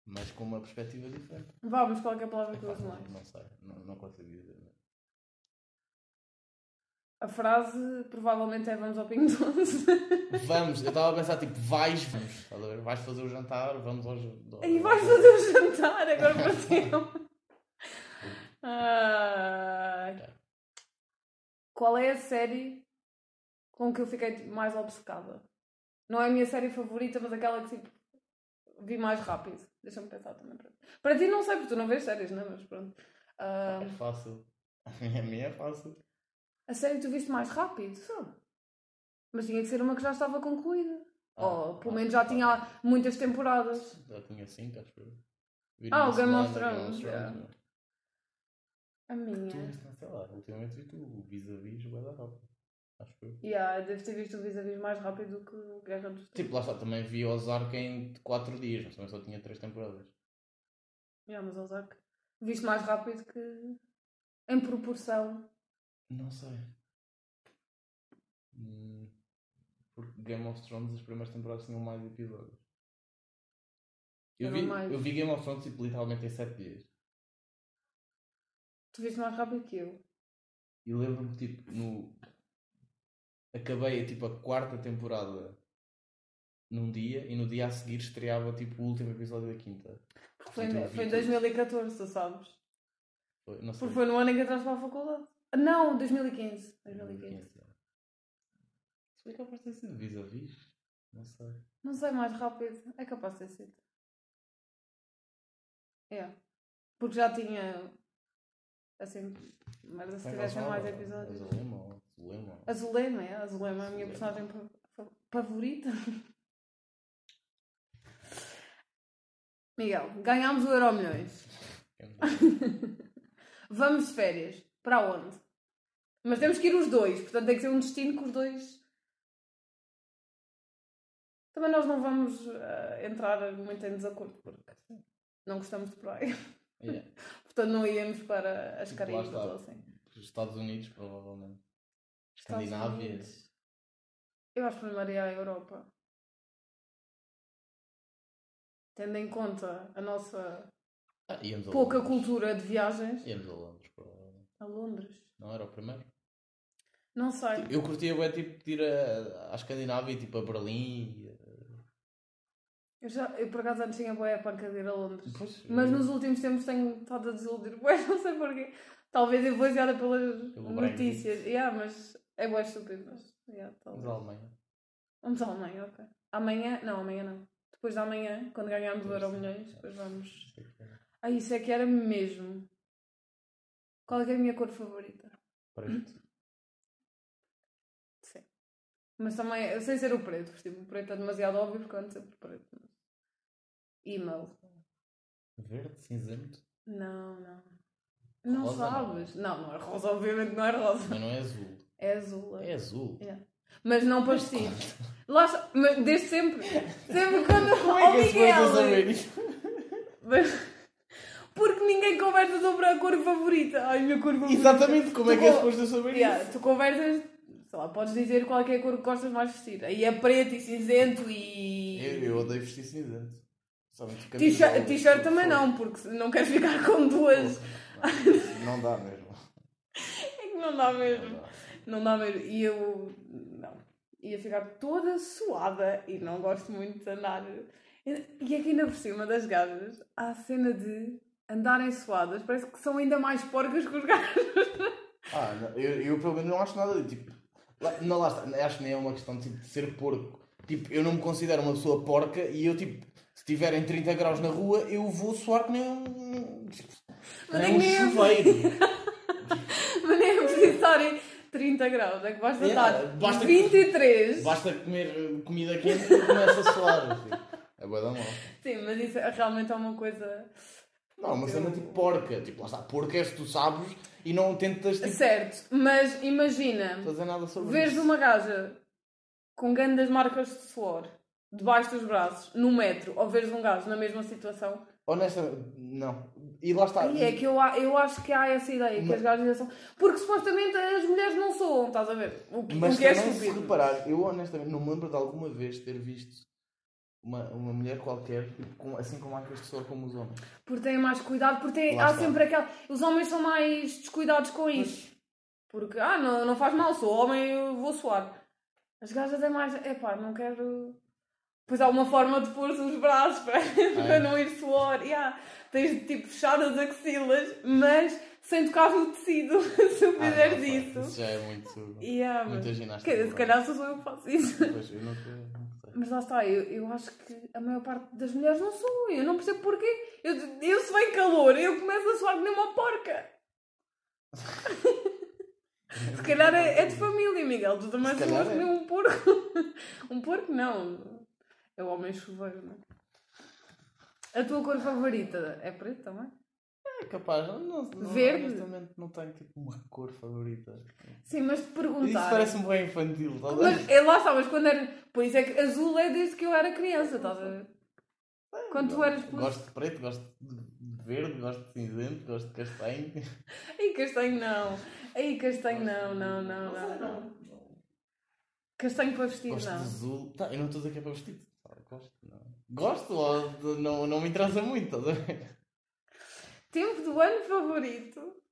[SPEAKER 1] Mas com uma perspectiva diferente.
[SPEAKER 2] Vamos, qualquer palavra que eu
[SPEAKER 1] Epá,
[SPEAKER 2] uso mais.
[SPEAKER 1] não, não sei, não, não consigo dizer.
[SPEAKER 2] A frase provavelmente é vamos ao Pingo Doce.
[SPEAKER 1] Vamos, eu estava a pensar, tipo, vais, vamos, estás a ver? Vais fazer o jantar, vamos ao jantar.
[SPEAKER 2] E vais fazer o jantar, agora bateu. Ai.
[SPEAKER 1] É.
[SPEAKER 2] Qual é a série com que eu fiquei tipo, mais obcecada? Não é a minha série favorita, mas aquela que tipo, vi mais rápido. Deixa-me pensar também. Para... para ti não sei, porque tu não vês séries, não é? Mas pronto. Ah,
[SPEAKER 1] É fácil. A minha é fácil.
[SPEAKER 2] a série que tu viste mais rápido? Mas tinha que ser uma que já estava concluída. Ou Oh, pelo menos já tinha muitas temporadas.
[SPEAKER 1] Ah, Já tinha 5, acho eu. Vi
[SPEAKER 2] Ah,
[SPEAKER 1] numa
[SPEAKER 2] o Game of
[SPEAKER 1] semana,
[SPEAKER 2] Thrones, yeah.
[SPEAKER 1] não.
[SPEAKER 2] A minha.
[SPEAKER 1] Tu viste, não sei lá, ultimamente vi tu o vis-a-vis o da Rock. Acho eu.
[SPEAKER 2] Yeah, devo ter visto o vis-a-vis mais rápido do que o Guerra dos Tronos.
[SPEAKER 1] Tipo, lá está, também vi Ozark em 4 dias, mas também só tinha 3 temporadas.
[SPEAKER 2] Yeah, mas Ozark. Viste mais rápido que. Em proporção.
[SPEAKER 1] Não sei. Hum, Porque Game of Thrones, as primeiras temporadas tinham mais episódios. Eu
[SPEAKER 2] Eram
[SPEAKER 1] vi,
[SPEAKER 2] mais.
[SPEAKER 1] eu vi Game of Thrones tipo, literalmente em 7 dias.
[SPEAKER 2] Tu viste mais rápido que eu.
[SPEAKER 1] E lembro-me, tipo, no. Acabei, tipo, a quarta temporada num dia e no dia a seguir estreava, tipo, o último episódio da quinta.
[SPEAKER 2] Porque foi,
[SPEAKER 1] Então,
[SPEAKER 2] em-
[SPEAKER 1] eu vi
[SPEAKER 2] foi em
[SPEAKER 1] tudo.
[SPEAKER 2] 2014, tu sabes.
[SPEAKER 1] Foi, não sei.
[SPEAKER 2] Porque foi no ano em que entraste para a faculdade. Ah, Não, 2015. 2015.
[SPEAKER 1] Hum, Se bem que capaz de ter sido vis-a-vis. Não sei.
[SPEAKER 2] Não sei, mais rápido. É capaz de ter sido. É. Porque já tinha. Assim. Mas se
[SPEAKER 1] Bem,
[SPEAKER 2] tivessem
[SPEAKER 1] qual
[SPEAKER 2] mais
[SPEAKER 1] era?
[SPEAKER 2] episódios.
[SPEAKER 1] Azulema ou Zulema?
[SPEAKER 2] Azulema, é? Azulema é a minha personagem fa- fa- favorita. Miguel, ganhámos o Euro Milhões.
[SPEAKER 1] Quem me dera.
[SPEAKER 2] Vamos de férias. Para onde? Mas temos que ir os dois, portanto tem que ser um destino que os dois. Também nós não vamos eh, entrar muito em desacordo, porque não gostamos de praia.
[SPEAKER 1] Yeah.
[SPEAKER 2] Portanto não íamos para as
[SPEAKER 1] Tipo,
[SPEAKER 2] Caraíbas
[SPEAKER 1] lá está.
[SPEAKER 2] ou assim.
[SPEAKER 1] Os Estados Unidos, provavelmente.
[SPEAKER 2] Estados
[SPEAKER 1] Escandinávia.
[SPEAKER 2] Unidos. Eu acho que primeiro iria à Europa. Tendo em conta a nossa
[SPEAKER 1] Ah, íamos a
[SPEAKER 2] pouca
[SPEAKER 1] Londres.
[SPEAKER 2] cultura de viagens.
[SPEAKER 1] Íamos a Londres, provavelmente.
[SPEAKER 2] A Londres.
[SPEAKER 1] Não era o primeiro?
[SPEAKER 2] Não sei.
[SPEAKER 1] Eu curtia bem, tipo, de ir a- à Escandinávia, tipo, a Berlim. e-
[SPEAKER 2] Eu, já, eu por acaso antes tinha boia para de ir a Londres.
[SPEAKER 1] Pois,
[SPEAKER 2] Mas
[SPEAKER 1] eu-
[SPEAKER 2] nos últimos tempos tenho estado a desiludir. Boé, não sei porquê. Talvez influenciada pelas
[SPEAKER 1] Pelo
[SPEAKER 2] notícias. Yeah, mas é boé estúpido. Mas, yeah,
[SPEAKER 1] Vamos
[SPEAKER 2] talvez.
[SPEAKER 1] à Alemanha.
[SPEAKER 2] Vamos à Alemanha, ok. Amanhã? Não, amanhã não. Depois de amanhã, quando ganharmos o
[SPEAKER 1] Sim,
[SPEAKER 2] Euro
[SPEAKER 1] sim.
[SPEAKER 2] milhões, depois vamos
[SPEAKER 1] Sei que é
[SPEAKER 2] Ah, isso é que era mesmo. Qual é, que é a minha cor favorita?
[SPEAKER 1] Preto.
[SPEAKER 2] Mas também, sem ser o preto, porque tipo, o preto é demasiado óbvio porque eu ando sempre de preto. mas- Email.
[SPEAKER 1] Verde, cinzento.
[SPEAKER 2] Não, não. Não
[SPEAKER 1] Rosa,
[SPEAKER 2] sabes? Não. não, é rosa, obviamente não é rosa.
[SPEAKER 1] Mas não é azul.
[SPEAKER 2] É azul. é.
[SPEAKER 1] É azul.
[SPEAKER 2] É. Mas não pastilho. Lá está- mas desde sempre. Sempre quando.
[SPEAKER 1] Como
[SPEAKER 2] Oh,
[SPEAKER 1] é que as pessoas
[SPEAKER 2] Miguel!
[SPEAKER 1] sabem isso?
[SPEAKER 2] Mas- Porque ninguém conversa sobre a cor favorita. Ai, minha cor favorita.
[SPEAKER 1] Exatamente, como é que é
[SPEAKER 2] Tu-
[SPEAKER 1] suposto eu saber
[SPEAKER 2] Tipo, Yeah,
[SPEAKER 1] isso?
[SPEAKER 2] tu conversas, sei lá, podes dizer qual é que é a cor que gostas mais de vestir. Aí é preto e cinzento e.
[SPEAKER 1] Eu, eu odeio vestir cinzento. Sabe, tu
[SPEAKER 2] T-shirt
[SPEAKER 1] camisola,
[SPEAKER 2] t-shirt
[SPEAKER 1] tu-
[SPEAKER 2] também não, porque se- não queres ficar com duas.
[SPEAKER 1] Não, Não dá mesmo.
[SPEAKER 2] É que não dá
[SPEAKER 1] Não
[SPEAKER 2] mesmo.
[SPEAKER 1] dá.
[SPEAKER 2] Não dá mesmo. E eu. Não. Ia ficar toda suada e não gosto muito de andar. E aqui ainda por cima das gajas há a cena de andarem suadas, parece que são ainda mais porcas que os gajos.
[SPEAKER 1] Ah, não, eu, eu pelo menos não acho nada de tipo. lá- Não, lá está, acho que nem é uma questão tipo, de ser porco. Tipo, eu não me considero uma pessoa porca e eu, tipo, se tiverem 30 graus na rua, eu vou suar que nem um. Tipo,
[SPEAKER 2] Mas
[SPEAKER 1] nem
[SPEAKER 2] é
[SPEAKER 1] um
[SPEAKER 2] que nem é-
[SPEAKER 1] chuveiro.
[SPEAKER 2] Mas nem é preciso estarem 30 graus, é que basta
[SPEAKER 1] Yeah,
[SPEAKER 2] estar
[SPEAKER 1] basta que-
[SPEAKER 2] 23.
[SPEAKER 1] Basta comer eh, comida quente e começa a suar. Assim. É boa da mão.
[SPEAKER 2] Sim, mas isso é- realmente é uma coisa
[SPEAKER 1] Não, uma cena tipo porca. Tipo, lá está, porca é se tu sabes e não tentas tipo,
[SPEAKER 2] certo. Mas imagina,
[SPEAKER 1] fazer nada sobre
[SPEAKER 2] vês
[SPEAKER 1] isso.
[SPEAKER 2] uma gaja com grandes marcas de suor debaixo dos braços, no metro, ou vês um gajo na mesma situação,
[SPEAKER 1] Honestamente, não. E lá está.
[SPEAKER 2] e é que eu, a- eu acho que há essa ideia, que
[SPEAKER 1] Mas-
[SPEAKER 2] as gajas ainda são. Porque supostamente as mulheres não soam, estás a ver? O que,
[SPEAKER 1] Mas
[SPEAKER 2] o que é
[SPEAKER 1] também, se
[SPEAKER 2] estúpido.
[SPEAKER 1] reparar, eu honestamente não me lembro de alguma vez ter visto uma, uma mulher qualquer tipo, com- assim com marcas de suor como os homens.
[SPEAKER 2] Porque têm mais cuidado, porque têm-
[SPEAKER 1] Lá
[SPEAKER 2] há
[SPEAKER 1] está.
[SPEAKER 2] sempre aquela. Os homens são mais descuidados com isso. Porque, ah, não, não faz mal, sou homem, eu vou suar. As gajas é mais. Epá, não quero. Pois há uma forma de pôr os braços
[SPEAKER 1] Ah,
[SPEAKER 2] para,
[SPEAKER 1] é.
[SPEAKER 2] para não ir suor. Yeah. Tens de tipo fechar as axilas, mas sem tocar no tecido, se eu
[SPEAKER 1] Ah, não,
[SPEAKER 2] fizeres
[SPEAKER 1] pá,
[SPEAKER 2] isso.
[SPEAKER 1] Isso já é muito.
[SPEAKER 2] Yeah, ah, mas-
[SPEAKER 1] Muita
[SPEAKER 2] quer
[SPEAKER 1] ginástica.
[SPEAKER 2] dizer, se calhar sou eu que faço isso.
[SPEAKER 1] Pois, eu não sei, não sei.
[SPEAKER 2] Mas lá está, eu, eu acho que a maior parte das mulheres não sou. Eu não percebo porquê. Eu, eu se vem calor, eu começo a suar que nem uma porca. Se calhar é, é de família, Miguel. Tu também
[SPEAKER 1] Se
[SPEAKER 2] suas
[SPEAKER 1] calhar
[SPEAKER 2] que
[SPEAKER 1] é.
[SPEAKER 2] nem um porco. Um porco não. É o homem chuveiro, não é? A tua cor favorita é preto também?
[SPEAKER 1] É capaz, não, não, não-
[SPEAKER 2] Verde?
[SPEAKER 1] honestamente não tenho tipo uma cor favorita.
[SPEAKER 2] Sim, mas te
[SPEAKER 1] Isso
[SPEAKER 2] perguntar.
[SPEAKER 1] parece-me bem infantil, tá bem?
[SPEAKER 2] Mas, é, lá está, mas quando era. Por isso é que azul é desde que eu era criança, estás a ver? Quando tu eras puto.
[SPEAKER 1] É, Gosto de preto, gosto de verde, gosto de cinzento, gosto de castanho.
[SPEAKER 2] Ai, castanho não. Ai, castanho não, não, não, não. não. Castanho para vestir,
[SPEAKER 1] Gosto de
[SPEAKER 2] não.
[SPEAKER 1] azul. Tá, eu não estou a dizer que é para vestido. Tá, Gosto, não. Gosto, ó, de- não, não me interessa muito, estás a ver?
[SPEAKER 2] Tempo do ano favorito.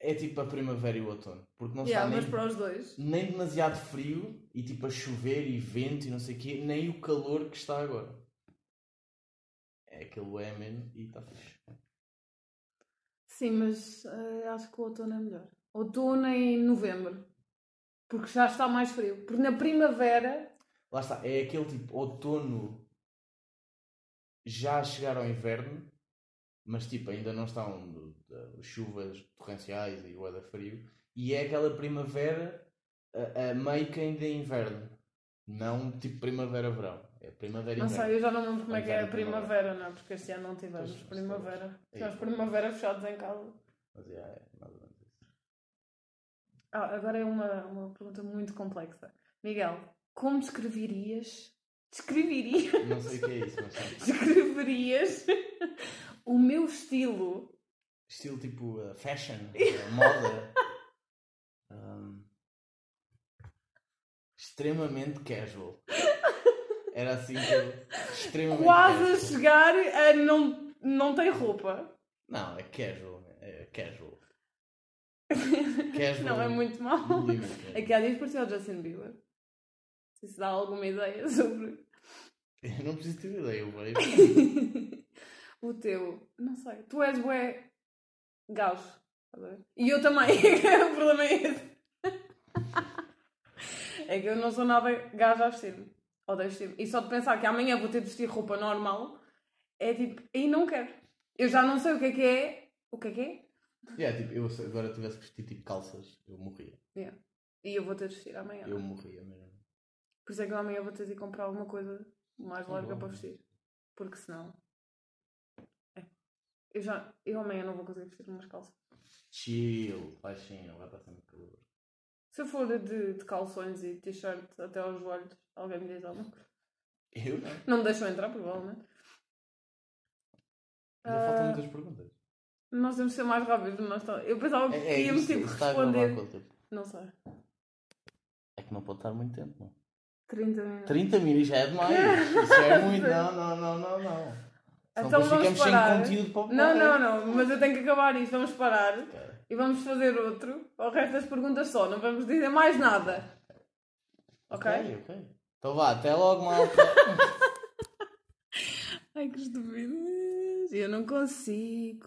[SPEAKER 1] É tipo a primavera e o outono. Porque não
[SPEAKER 2] Yeah, mas
[SPEAKER 1] está
[SPEAKER 2] para os dois.
[SPEAKER 1] nem, nem demasiado frio e tipo a chover e vento e não sei o quê, nem o calor que está agora. É aquele Yemen e está fixe.
[SPEAKER 2] Sim, mas eh, acho que o outono é melhor. Outono em novembro. Porque já está mais frio. Porque na primavera.
[SPEAKER 1] Lá está, é aquele tipo outono já a chegar ao inverno, mas tipo ainda não estão de- de- chuvas torrenciais e o frio. E é aquela primavera a, a meio que ainda é inverno. Não tipo primavera-verão. É primavera e
[SPEAKER 2] Não
[SPEAKER 1] inverno.
[SPEAKER 2] sei, eu já não lembro como é que é a
[SPEAKER 1] Inverno, primavera.
[SPEAKER 2] primavera, não é? Porque este ano não tivemos
[SPEAKER 1] Pois,
[SPEAKER 2] primavera.
[SPEAKER 1] é.
[SPEAKER 2] Tivemos primavera fechados em casa.
[SPEAKER 1] Mas já é mais ou menos isso.
[SPEAKER 2] Ah, agora é uma, uma pergunta muito complexa. Miguel, como descreverias. Descreverias.
[SPEAKER 1] Não sei o que é isso, mas sabe?
[SPEAKER 2] descreverias o meu estilo?
[SPEAKER 1] estilo tipo eh, fashion, eh, moda. Ahm, extremamente casual. Era assim que eu. Extremamente
[SPEAKER 2] Quase a
[SPEAKER 1] casual.
[SPEAKER 2] chegar a não, não tem roupa.
[SPEAKER 1] Não, é casual. É casual. Casual.
[SPEAKER 2] Não, é muito mau.
[SPEAKER 1] no limite, mesmo.
[SPEAKER 2] Aqui há dias parecia o Justin Bieber. Não sei se dá alguma ideia sobre
[SPEAKER 1] Eu não preciso ter ideia, eu vejo.
[SPEAKER 2] o teu. Não sei. Tu és bué gajo. estás a ver? E eu também. o problema é esse. É que eu não sou nada gajo a vestir-me. Odeio vestir-me. E só de pensar que amanhã vou ter de vestir roupa normal, é tipo, e não quero. Eu já não sei o que é que é. O que é que é?
[SPEAKER 1] Yeah, tipo, eu se agora tivesse que vestir tipo calças, eu morria.
[SPEAKER 2] E eu vou ter de vestir amanhã.
[SPEAKER 1] Eu morria mesmo.
[SPEAKER 2] Por isso é que eu amanhã vou ter de ir comprar alguma coisa mais
[SPEAKER 1] Tá
[SPEAKER 2] larga
[SPEAKER 1] bom.
[SPEAKER 2] para vestir. Porque senão. É. Eu, já... eu amanhã não vou conseguir vestir umas calças.
[SPEAKER 1] Chill, baixinho, vai estar sempre calor.
[SPEAKER 2] Se eu for de, de calções e t-shirt até aos joelhos, alguém me diz alguma coisa.
[SPEAKER 1] Eu não. Ainda
[SPEAKER 2] Não me deixam entrar, provavelmente. Ah,
[SPEAKER 1] faltam muitas perguntas.
[SPEAKER 2] Nós temos de ser mais rápidos. Nós tá- Eu pensava que
[SPEAKER 1] É, é
[SPEAKER 2] íamos
[SPEAKER 1] isso,
[SPEAKER 2] tipo
[SPEAKER 1] isso está a gravar
[SPEAKER 2] responder.
[SPEAKER 1] quanto tempo?
[SPEAKER 2] Não sei.
[SPEAKER 1] É que não pode estar muito tempo, não.
[SPEAKER 2] 30 minutos.
[SPEAKER 1] 30 minutos já é demais. Isso é muito. Não, não, não, não, não. Senão
[SPEAKER 2] Então
[SPEAKER 1] depois
[SPEAKER 2] vamos
[SPEAKER 1] ficamos sem
[SPEAKER 2] parar.
[SPEAKER 1] conteúdo para o
[SPEAKER 2] Não, não, não, mas eu tenho que acabar isto. Vamos parar
[SPEAKER 1] Ok.
[SPEAKER 2] e vamos fazer outro. O resto das perguntas só, não vamos dizer mais nada. Ok?
[SPEAKER 1] Ok, ok. Então vá, até logo, malta.
[SPEAKER 2] Ai, que estupidez! Eu não consigo.